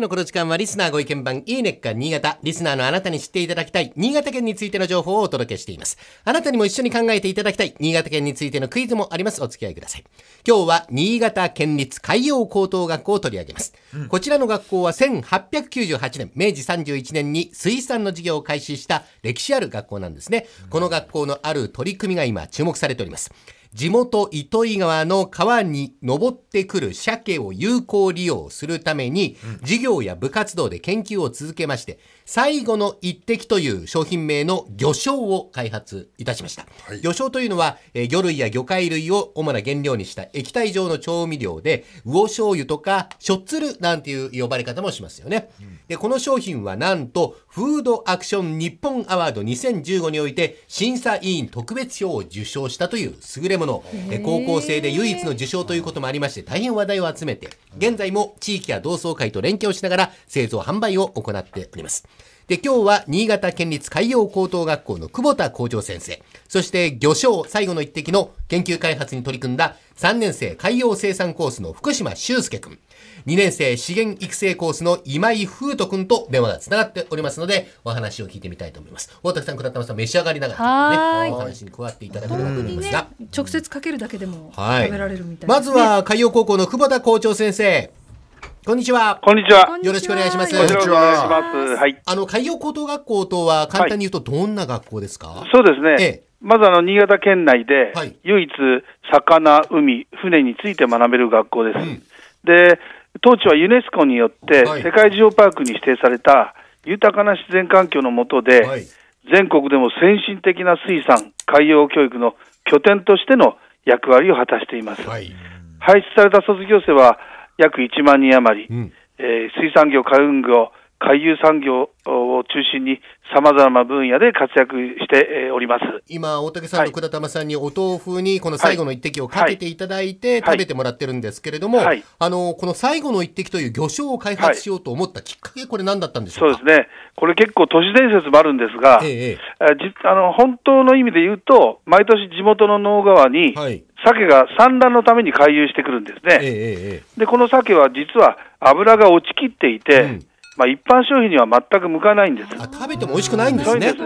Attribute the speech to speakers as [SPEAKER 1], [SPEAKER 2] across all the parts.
[SPEAKER 1] のこの時間はリスナーご意見番いいねっか新潟。リスナーのあなたに知っていただきたい新潟県についての情報をお届けしています。あなたにも一緒に考えていただきたい新潟県についてのクイズもあります。お付き合いください。今日は新潟県立海洋高等学校を取り上げます。こちらの学校は1898年、明治31年に水産の授業を開始した歴史ある学校なんですね。この学校のある取り組みが今注目されております。地元糸魚川の川に登ってくる鮭を有効利用するために、事業や部活動で研究を続けまして、最後の一滴という商品名の魚醤を開発いたしました。魚醤というのは、えー魚類や魚介類を主な原料にした液体状の調味料で、魚醤油とか、しょっつるなんていう呼ばれ方もしますよね。で、この商品はなんと、フードアクション日本アワード2015において、審査委員特別賞を受賞したという優れもの。え高校生で唯一の受賞ということもありまして、大変話題を集めて、現在も地域や同窓会と連携をしながら、製造販売を行っております。で、今日は新潟県立海洋高等学校の久保田校長先生、そして魚醤最後の一滴の研究開発に取り組んだ3年生海洋生産コースの福島修介くん、2年生資源育成コースの今井風斗くんと電話が繋がっておりますので、お話を聞いてみたいと思います。大竹さん、片玉さん、召し上がりながら、
[SPEAKER 2] はー
[SPEAKER 1] ね、
[SPEAKER 2] い
[SPEAKER 1] お話に加わっていただければと思いますが、
[SPEAKER 2] 直接かけるだけでも
[SPEAKER 1] はい
[SPEAKER 2] 食べられるみたいな、
[SPEAKER 1] まずは海洋高校の久保田校長先生、こんにちは。
[SPEAKER 3] こんにちは。
[SPEAKER 2] こんにち
[SPEAKER 1] よ
[SPEAKER 2] は
[SPEAKER 1] ろしくお願いしますこ
[SPEAKER 3] こ
[SPEAKER 1] んに
[SPEAKER 3] ちら
[SPEAKER 1] ち
[SPEAKER 3] お願いし
[SPEAKER 2] は
[SPEAKER 3] ます。はい。
[SPEAKER 1] あの、海洋高等学校とは簡単に言うとどんな学校ですか、
[SPEAKER 3] そうですね。
[SPEAKER 1] ええ
[SPEAKER 3] まずあの、新潟県内で
[SPEAKER 1] はい、
[SPEAKER 3] 唯一、魚、海、船について学べる学校です。で、当地はユネスコによって、
[SPEAKER 1] はい
[SPEAKER 3] 世界ジオパークに指定された豊かな自然環境の下で、
[SPEAKER 1] はい
[SPEAKER 3] 全国でも先進的な水産、海洋教育の拠点としての役割を果たしています。
[SPEAKER 1] はい。
[SPEAKER 3] 輩出された卒業生は約1万人余り、
[SPEAKER 1] うん
[SPEAKER 3] えー水産業、海運業、海遊産業を中心に、さまざまな分野で活躍してえーおります。
[SPEAKER 1] 今、大竹さん
[SPEAKER 3] は
[SPEAKER 1] と
[SPEAKER 3] い
[SPEAKER 1] 倉玉さんにお豆腐にこの最後の一滴をかけていただいて
[SPEAKER 3] はい
[SPEAKER 1] 食べてもらってるんですけれども、
[SPEAKER 3] はい
[SPEAKER 1] あの、この最後の一滴という魚醤を開発しようと思ったきっかけ、これ何だったんでしょ
[SPEAKER 3] そうう
[SPEAKER 1] か
[SPEAKER 3] ですね、これ結構都市伝説もあるんですが、
[SPEAKER 1] えええ
[SPEAKER 3] えーじあの本当の意味で言うと、毎年地元の能川に、
[SPEAKER 1] はい
[SPEAKER 3] 鮭が産卵のために回遊してくるんです
[SPEAKER 1] え
[SPEAKER 3] ね。
[SPEAKER 1] えええ
[SPEAKER 3] で、この鮭は実は油が落ちきっていて、
[SPEAKER 1] うん
[SPEAKER 3] まあ、一般商品には全く向かないんです
[SPEAKER 1] ええ。あ、食べても美味しくないんで
[SPEAKER 3] そ
[SPEAKER 1] す
[SPEAKER 3] うで
[SPEAKER 1] ね
[SPEAKER 3] す。。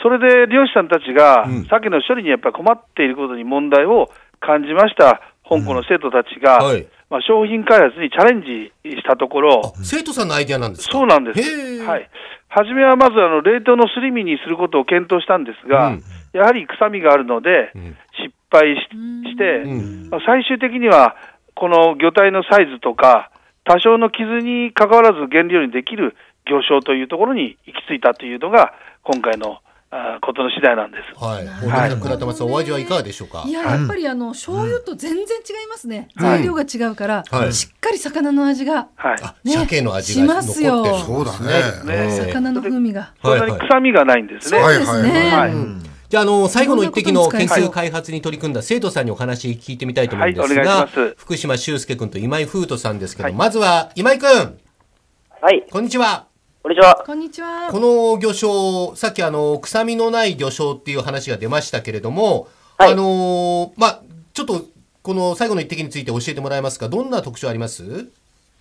[SPEAKER 3] それで漁師さんたちが、
[SPEAKER 1] うん
[SPEAKER 3] 鮭の処理にやっぱり困っていることに問題を感じました香港の生徒たちが、
[SPEAKER 1] うんはい
[SPEAKER 3] まあ、商品開発にチャレンジしたところ
[SPEAKER 1] あ、、生徒さんのアイデアなんですか
[SPEAKER 3] そうなんです。
[SPEAKER 1] へえ。
[SPEAKER 3] はい。初めはまずあの冷凍のすり身にすることを検討したんですが、
[SPEAKER 1] うん
[SPEAKER 3] やはり臭みがあるので、
[SPEAKER 1] ん
[SPEAKER 3] 失敗しして、
[SPEAKER 1] ん
[SPEAKER 3] まあ最終的にはこの魚体のサイズとか、多少の傷に関わらず原料にできる魚醤というところに行き着いたというのが、今回のあーことの次第なんです。
[SPEAKER 1] はい。大竹さん、倉玉さん、お味はいかがでしょうか
[SPEAKER 2] いややっぱりあの醤油と全然違いますね、
[SPEAKER 1] ん
[SPEAKER 2] 材料が違うから、
[SPEAKER 1] はい
[SPEAKER 2] しっかり魚の味が、
[SPEAKER 3] はい。
[SPEAKER 1] あ、
[SPEAKER 2] ね
[SPEAKER 1] 鮭の味が残ってるんですね。
[SPEAKER 2] し
[SPEAKER 4] そうだね。
[SPEAKER 3] ね
[SPEAKER 2] 魚の風味が、
[SPEAKER 3] そんなに臭みがないんですね。
[SPEAKER 4] はい
[SPEAKER 2] そうです
[SPEAKER 4] はい
[SPEAKER 2] ね、
[SPEAKER 3] はい
[SPEAKER 1] じゃあ、あの、最後の一滴の研
[SPEAKER 2] こんなことに使えそ
[SPEAKER 1] 究
[SPEAKER 2] う
[SPEAKER 1] 開発に取り組んだ生徒さんにお話聞いてみたいと思うんです
[SPEAKER 3] はいお願
[SPEAKER 1] が
[SPEAKER 3] いします、
[SPEAKER 1] 福島修介君と今井風斗さんですけ
[SPEAKER 3] は
[SPEAKER 1] ど、
[SPEAKER 3] い
[SPEAKER 1] まずは今井君、
[SPEAKER 5] はい、
[SPEAKER 1] こんにちは。
[SPEAKER 5] こんにちは。
[SPEAKER 2] こんにちは
[SPEAKER 1] この魚醤、さっきあの、臭みのない魚醤っていう話が出ましたけれども、
[SPEAKER 5] はい
[SPEAKER 1] あのーまあ、ちょっと、この最後の一滴について教えてもらえますかどんな特徴あります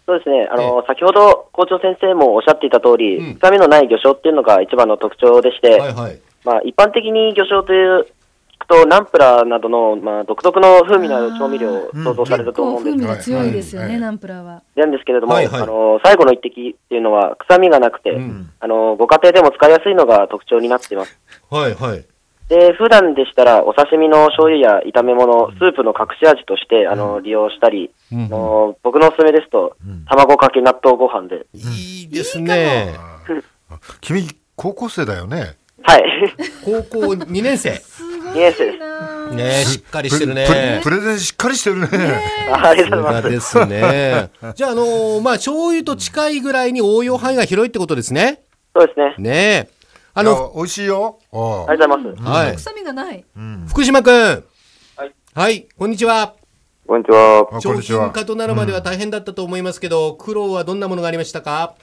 [SPEAKER 5] そうですね、あの、先ほど校長先生もおっしゃっていた通り、
[SPEAKER 1] うん
[SPEAKER 5] 臭みのない魚醤っていうのが一番の特徴でして、
[SPEAKER 1] はいはい。
[SPEAKER 5] まあ、一般的に魚醤という聞くと、ナンプラーなどの、まあ、独特の風味のある調味料を想像された
[SPEAKER 2] 結
[SPEAKER 5] と
[SPEAKER 2] 構
[SPEAKER 5] 思うんで
[SPEAKER 2] 風
[SPEAKER 5] す,、
[SPEAKER 2] 味が強いですよね、
[SPEAKER 4] はいはい
[SPEAKER 2] ナンプラーは
[SPEAKER 5] なんですけれども、
[SPEAKER 1] はいはい
[SPEAKER 5] あの、最後の一滴っていうのは臭みがなくて、
[SPEAKER 1] うん
[SPEAKER 5] あの、ご家庭でも使いやすいのが特徴になっています。
[SPEAKER 1] はいはい。
[SPEAKER 5] で、普段でしたら、お刺身の醤油や炒め物、スープの隠し味として、あの、利用したり、
[SPEAKER 1] ん
[SPEAKER 5] あの僕のおすすめですと、卵かけ納豆ご飯で、
[SPEAKER 1] いいですね。
[SPEAKER 4] 君、高校生だよね。
[SPEAKER 5] はい。
[SPEAKER 1] 高校2年 生。
[SPEAKER 2] すごい
[SPEAKER 5] イエスです
[SPEAKER 2] な
[SPEAKER 1] ねしっかりしてるね。
[SPEAKER 4] プレプレプレゼンしっかりしてるね。
[SPEAKER 5] ありがとうござ
[SPEAKER 1] さ
[SPEAKER 5] い
[SPEAKER 1] すがです
[SPEAKER 5] ます。
[SPEAKER 1] ね。 じゃあ、あのーまあ、醤油と近いぐらいに応用範囲が広いってことですね。
[SPEAKER 5] そうですね。
[SPEAKER 1] ねえ。あ
[SPEAKER 4] あ
[SPEAKER 1] の、
[SPEAKER 4] の、美味しいよ。あ
[SPEAKER 5] ありがとうございます。
[SPEAKER 1] はい。
[SPEAKER 2] 臭みがない
[SPEAKER 1] 福島くん。
[SPEAKER 5] はい。
[SPEAKER 1] はい、こんにちは。
[SPEAKER 5] こんにちは。
[SPEAKER 4] あこん
[SPEAKER 1] 商
[SPEAKER 4] にち
[SPEAKER 1] 品
[SPEAKER 4] は。
[SPEAKER 1] 化となるまでは大変だったと思いますけど、苦労はどんなものがありましたか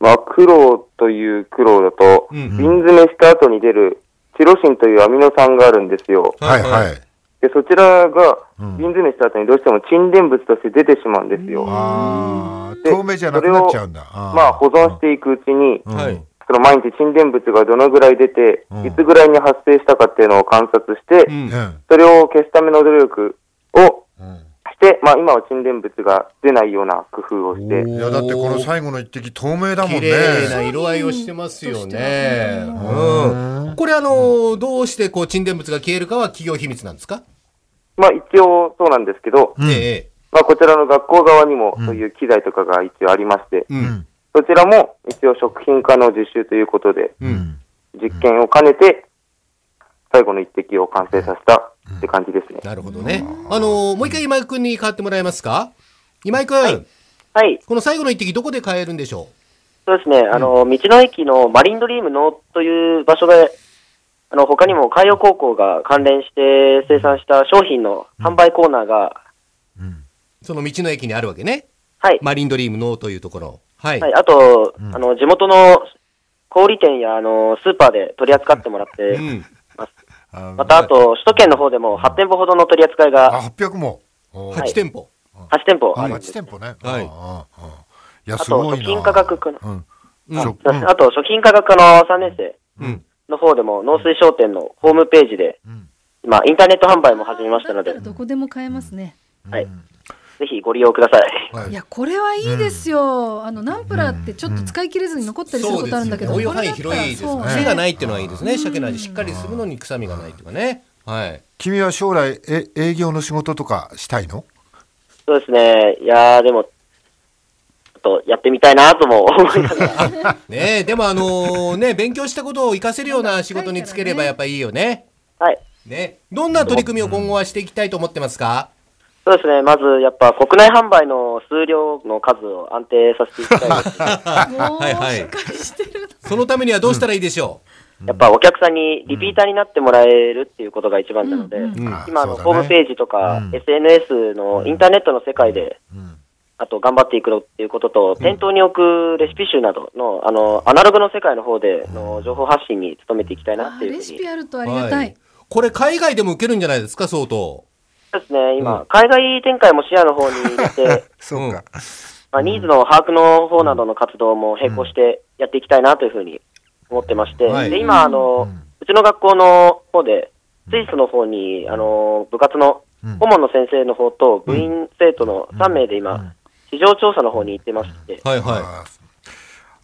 [SPEAKER 6] まあ、苦労という苦労だと、
[SPEAKER 1] うん
[SPEAKER 6] 瓶詰めした後に出るチロシンというアミノ酸があるんですよ。
[SPEAKER 4] はいはい。
[SPEAKER 6] で、そちらが瓶詰めした後にどうしても沈殿物として出てしまうんですよ。
[SPEAKER 4] あー
[SPEAKER 6] で
[SPEAKER 4] 透明じゃなくなっちゃうんだ。
[SPEAKER 6] それをまあ保存していくうちに、
[SPEAKER 4] ん
[SPEAKER 1] はい。
[SPEAKER 6] その毎日沈殿物がどのぐらい出て、
[SPEAKER 4] うん
[SPEAKER 6] いつぐらいに発生したかっていうのを観察して、
[SPEAKER 1] うん。
[SPEAKER 4] うん
[SPEAKER 6] それを消すための努力を
[SPEAKER 4] うん
[SPEAKER 6] して、まあ今は沈殿物が出ないような工夫をして、
[SPEAKER 4] いやだってこの最後の一滴透明だもんね。
[SPEAKER 1] 綺麗な色合いをしてますよね。うん。これあの、どうしてこう沈殿物が消えるかは企業秘密なんですか
[SPEAKER 6] まあ一応そうなんですけど、
[SPEAKER 4] うん
[SPEAKER 1] え
[SPEAKER 6] まあこちらの学校側にもそういう機材とかが一応ありまして、
[SPEAKER 1] え。う。
[SPEAKER 4] うんん
[SPEAKER 6] そちらも一応食品科の実習ということで、
[SPEAKER 1] うん。
[SPEAKER 6] 実験を兼ねて、最後の一滴を完成させたって感じですね。
[SPEAKER 1] なるほどね。あの、もう一回今井くんに代わってもらえますか今井くん、
[SPEAKER 5] はい。
[SPEAKER 1] この最後の一滴どこで買えるんでしょ
[SPEAKER 5] そうですね。あの、道の駅のマリンドリームのという場所で、あの、他にも海洋高校が関連して生産した商品の販売コーナー
[SPEAKER 4] うん
[SPEAKER 5] が、
[SPEAKER 1] うその道の駅にあるわけね。
[SPEAKER 5] はい。
[SPEAKER 1] マリンドリームのというところ。はい。
[SPEAKER 5] はい。あと、
[SPEAKER 4] うん
[SPEAKER 5] あの、地元の小売店や、あの、スーパーで取り扱ってもらって
[SPEAKER 1] う、ん。
[SPEAKER 5] また、あと、首都圏の方でも8店舗ほどの取り扱い
[SPEAKER 4] あ
[SPEAKER 5] が
[SPEAKER 4] 八百も。おー
[SPEAKER 1] 8店舗。
[SPEAKER 5] 8店舗あるんで
[SPEAKER 4] 八
[SPEAKER 5] す。
[SPEAKER 4] 店舗ね。
[SPEAKER 1] はい
[SPEAKER 4] あー。あーいや
[SPEAKER 5] あと
[SPEAKER 4] すごいな。
[SPEAKER 5] 食品科学科の
[SPEAKER 4] うん。
[SPEAKER 1] うん
[SPEAKER 4] 食
[SPEAKER 5] そうですねあと、食品科学科の3年生
[SPEAKER 1] うん。
[SPEAKER 5] の方でも、農水商店のホームページで、
[SPEAKER 4] うん
[SPEAKER 5] 今、インターネット販売も始めましたので
[SPEAKER 2] だったら、どこでも買えますね。
[SPEAKER 5] はい。ぜひご利用ください。
[SPEAKER 4] はい
[SPEAKER 2] いや、これはいいですよ。あの、ナンプラーってちょっと使い切れずに残ったりする
[SPEAKER 1] そう
[SPEAKER 2] こ
[SPEAKER 1] で
[SPEAKER 2] とある
[SPEAKER 1] す
[SPEAKER 2] んだけど、
[SPEAKER 1] ね。応用
[SPEAKER 2] こ
[SPEAKER 1] 範
[SPEAKER 2] れ
[SPEAKER 1] 囲
[SPEAKER 2] だった
[SPEAKER 1] 広
[SPEAKER 2] ら
[SPEAKER 1] いですね
[SPEAKER 2] そう。
[SPEAKER 1] 癖がないっていうのはいいですね。鮭の味しっかりするのに臭みがないとかね。はい。
[SPEAKER 4] 君は将来え営業の仕事とかしたいの？
[SPEAKER 5] そうですね。いやー、でも、ちょっとやってみたいなとも思いな がら。
[SPEAKER 1] ねえ、でもあのね、勉強したことを活かせるような仕事につければやっぱいいよね。
[SPEAKER 5] はい。
[SPEAKER 1] ね。どんな取り組みを今後はしていきたいと思ってますか
[SPEAKER 5] そうですね。まず、やっぱ国内販売の数量の数を安定させていきたい ですし
[SPEAKER 2] もう
[SPEAKER 1] はいはい
[SPEAKER 2] しっかりしてる
[SPEAKER 1] そのためにはどうしたらいいでしょ
[SPEAKER 5] やっぱお客さんにリピーターになってもらえるっていうことが一番なので、
[SPEAKER 2] うん
[SPEAKER 1] うん
[SPEAKER 4] あ
[SPEAKER 5] 今あの、
[SPEAKER 4] そうだね
[SPEAKER 5] ホームページとか、
[SPEAKER 4] うん
[SPEAKER 5] SNS のインターネットの世界で、
[SPEAKER 4] うん。
[SPEAKER 5] あと頑張っていくっていうことと、店頭に置くレシピ集などの、あの、アナログの世界の方での情報発信に努めていきたいな
[SPEAKER 2] あ
[SPEAKER 5] っていう
[SPEAKER 2] レ
[SPEAKER 5] ふう
[SPEAKER 2] シ
[SPEAKER 5] に
[SPEAKER 2] ピ。あるとありがた
[SPEAKER 1] はいい。これ海外でも受けるんじゃないですか、相当。
[SPEAKER 5] そうですね。今、
[SPEAKER 1] うん
[SPEAKER 5] 海外展開も視野の方に入れて、
[SPEAKER 4] そうか。
[SPEAKER 5] まあ、ニーズの把握の方などの活動も並行してやっていきたいなというふうに思ってまして、
[SPEAKER 1] はい
[SPEAKER 5] で今あの、うちの学校の方で、スイスの方にあの部活の
[SPEAKER 4] うん
[SPEAKER 5] 顧問の先生の方と部員生徒の3名で今、市場調査の方に行ってまして、
[SPEAKER 1] はいは。
[SPEAKER 4] あ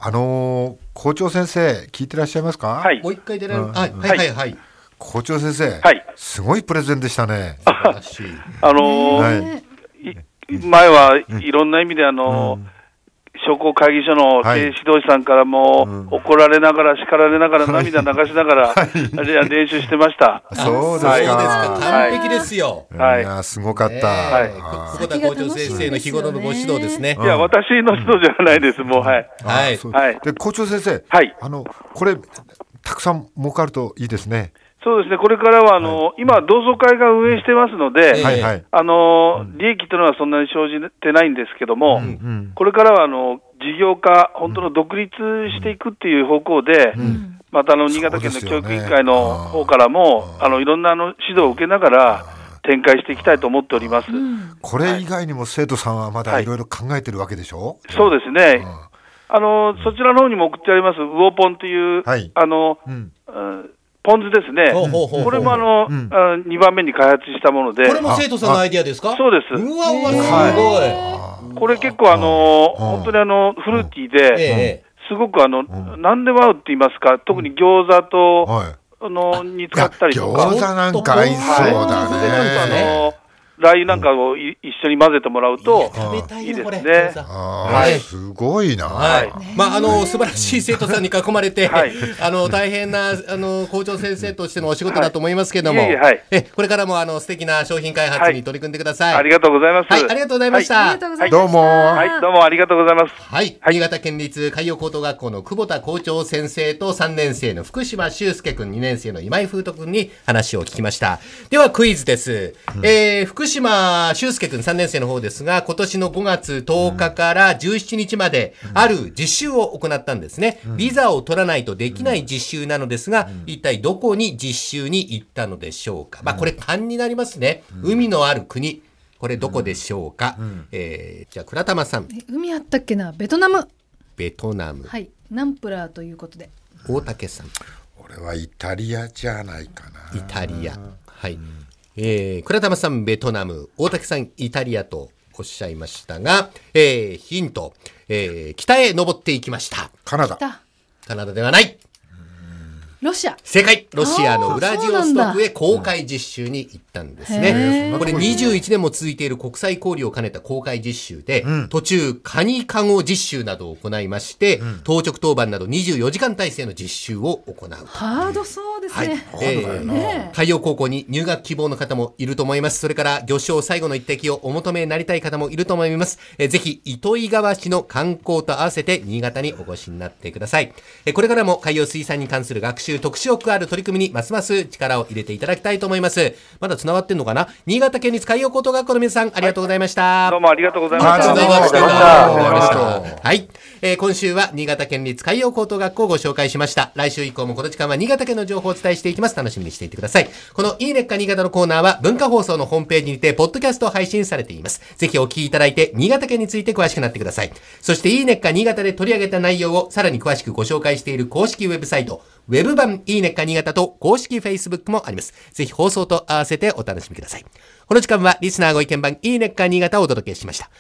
[SPEAKER 4] ーあのー校長先生聞いてらっしゃいますか？
[SPEAKER 3] はいい
[SPEAKER 1] もう一回出られる。
[SPEAKER 4] うん
[SPEAKER 1] はいはいはいはい。
[SPEAKER 4] 校長先生。
[SPEAKER 3] はい
[SPEAKER 4] すごいプレゼンでしたね。
[SPEAKER 1] 素晴らしい。
[SPEAKER 3] あのー
[SPEAKER 4] はい
[SPEAKER 2] ね
[SPEAKER 3] い前はいろんな意味であのー、商工会議所の
[SPEAKER 4] はい
[SPEAKER 3] 指導士さんからも、怒られながら、叱られながら、涙流しながら、あれは練習してました。
[SPEAKER 4] そうですか。
[SPEAKER 1] そう
[SPEAKER 3] は
[SPEAKER 1] です
[SPEAKER 3] い
[SPEAKER 1] か。
[SPEAKER 3] はい
[SPEAKER 1] 完璧ですよ。
[SPEAKER 3] はい
[SPEAKER 4] やすごかった。
[SPEAKER 1] ねえ
[SPEAKER 3] はい
[SPEAKER 1] こ
[SPEAKER 4] あ
[SPEAKER 1] 久保田校長先生の日頃のご指導ですね
[SPEAKER 4] う。
[SPEAKER 3] いや、私の人じゃないです、もう、はい。
[SPEAKER 4] ー
[SPEAKER 1] はい
[SPEAKER 4] あーそう
[SPEAKER 3] はい
[SPEAKER 4] で校長先生。
[SPEAKER 3] はい
[SPEAKER 4] あのこれたくさん儲かるといいですね。
[SPEAKER 3] そうですね、これからは、あの今、同窓会が運営してますの
[SPEAKER 1] ええ
[SPEAKER 3] で、
[SPEAKER 4] はいはい。
[SPEAKER 3] あの利益というのはそんなに生じてないんですけど
[SPEAKER 1] う
[SPEAKER 3] も、
[SPEAKER 1] ん
[SPEAKER 4] うん。
[SPEAKER 3] これからはあの事業化、本当の独立していくっていう方向で、またあの新潟県の
[SPEAKER 4] そうです
[SPEAKER 3] 教
[SPEAKER 4] よね
[SPEAKER 3] 育委員会の方からも、あのいろんなあの指導を受けながら展開していきたいと思っております。
[SPEAKER 2] うん
[SPEAKER 4] これ以外にも生徒さんはまだ
[SPEAKER 3] はい
[SPEAKER 4] いろいろ考えてるわけでしょ。
[SPEAKER 3] そうですね
[SPEAKER 4] あ
[SPEAKER 3] あのそちらの方にも送ってあります、ウオポンという、
[SPEAKER 4] はい
[SPEAKER 3] あの
[SPEAKER 4] うん。
[SPEAKER 3] うんポン酢ですね、
[SPEAKER 1] ほうほうほうほう
[SPEAKER 3] これもあの、
[SPEAKER 4] うん
[SPEAKER 3] あ2番目に開発したもので、
[SPEAKER 1] これも生徒さんのアイディアですか
[SPEAKER 3] そうです
[SPEAKER 1] うわうわ、す
[SPEAKER 4] あー
[SPEAKER 3] これ結構、あの
[SPEAKER 4] うん
[SPEAKER 3] 本当にあのフルーティー
[SPEAKER 1] ごい。え
[SPEAKER 3] で、
[SPEAKER 1] え。
[SPEAKER 3] すごくあの、
[SPEAKER 4] ん
[SPEAKER 3] 何でも合うって言いますか、特に餃子と、
[SPEAKER 4] はい。
[SPEAKER 3] あのに使ったりと
[SPEAKER 4] いや
[SPEAKER 3] か、
[SPEAKER 4] 餃子なんか合いそうだ
[SPEAKER 3] それでなんかあ
[SPEAKER 4] ね。
[SPEAKER 3] のラー油なんかをい一緒に混ぜてもらうと、
[SPEAKER 1] 食べたい
[SPEAKER 3] いい
[SPEAKER 1] な、
[SPEAKER 3] です
[SPEAKER 1] これ。
[SPEAKER 3] ね
[SPEAKER 1] 餃子
[SPEAKER 4] ああ、
[SPEAKER 1] はい
[SPEAKER 4] すごいな。
[SPEAKER 1] はい
[SPEAKER 3] は。
[SPEAKER 1] まあ、あの、素晴らしい生徒さんに囲まれて
[SPEAKER 3] はい、
[SPEAKER 1] あの、大変な、あの、校長先生としてのお仕事だと思いますけども
[SPEAKER 3] はいいえいえはい、
[SPEAKER 1] え、これからも、あの、素敵な商品開発に取り組んでください。
[SPEAKER 3] ありがとうございます。
[SPEAKER 1] はい、ありがとうございまし
[SPEAKER 2] あ
[SPEAKER 1] た
[SPEAKER 2] りがとう。ございま
[SPEAKER 4] どう
[SPEAKER 2] し
[SPEAKER 4] も
[SPEAKER 2] た。
[SPEAKER 3] はい、どうもありがとうございます。
[SPEAKER 1] はい、新潟県立海洋高等学校の久保田校長先生と3年生の福島修介君、2年生の今井風斗君に話を聞きました。ではクイズです。えー福福島修介くん3年生の方ですが、今年の5月10日から17日まで、ある実習を行ったんですね。ビザを取らないとできない実習なのですが、一体どこに実習に行ったのでしょうか。まあ、これ、勘になりますね。海のある国。これどこでしょうか、えーじゃあ倉玉さん
[SPEAKER 2] え海あったっけなベトナム
[SPEAKER 1] ベトナム
[SPEAKER 2] はいナンプラーということで
[SPEAKER 1] 大竹さん
[SPEAKER 4] 俺はイタリアじゃないかな。
[SPEAKER 1] イタリア。はい。えー、倉玉さん、ベトナム、大竹さん、イタリアとおっしゃいましたが、えー、ヒント、えー、北へ登っていきました。
[SPEAKER 4] カナダ。
[SPEAKER 2] だ
[SPEAKER 1] カナダではない。
[SPEAKER 2] ロシア
[SPEAKER 1] 正解ロシアのウラジオス
[SPEAKER 2] あーそう
[SPEAKER 1] ト
[SPEAKER 2] なん
[SPEAKER 1] ク
[SPEAKER 2] だ
[SPEAKER 1] へ公開実習に行ったんです
[SPEAKER 2] へ
[SPEAKER 1] ね。
[SPEAKER 4] ー
[SPEAKER 1] これ21年も続いている国際交流を兼ねた公開実習で、途中、カニカゴ実習などを行いまして、当直当番など24時間体制の実習を行うと。
[SPEAKER 2] ハードそうです
[SPEAKER 1] はい。
[SPEAKER 2] ね、
[SPEAKER 1] え
[SPEAKER 4] そうだよ
[SPEAKER 1] ー
[SPEAKER 4] な
[SPEAKER 2] ねえ
[SPEAKER 1] 海洋高校に入学希望の方もいると思います。それから、魚礁最後の一滴をお求めになりたい方もいると思います。えーぜひ、糸魚川市の観光と合わせて、新潟にお越しになってください。えーこれからも海洋水産に関する学習特色ある取り組みに、ますます力を入れていただきたいと思います。まだ繋がってんのかな新潟県立海洋高等学校の皆さん、ありがとうございました。
[SPEAKER 3] どうもありがとうございま
[SPEAKER 4] あ
[SPEAKER 3] し
[SPEAKER 4] り
[SPEAKER 3] た。
[SPEAKER 4] がとうございまし
[SPEAKER 1] あ
[SPEAKER 4] た
[SPEAKER 1] りがとうございました
[SPEAKER 4] ありがとうございまし
[SPEAKER 1] はい。えー今週は新潟県立海洋高等学校をご紹介しました。来週以降もこの時間は新潟県の情報をお伝えしていきます。楽しみにしていてください。このいいねっか新潟のコーナーは文化放送のホームページにて、ポッドキャストを配信されています。ぜひお聞きいただいて、新潟県について詳しくなってください。そしていいねっか新潟で取り上げた内容をさらに詳しくご紹介している公式ウェブサイト、ウェブ版いいねっか新潟と公式 Facebook もあります。ぜひ放送と合わせてお楽しみください。この時間はリスナーご意見番いいねっか新潟をお届けしました。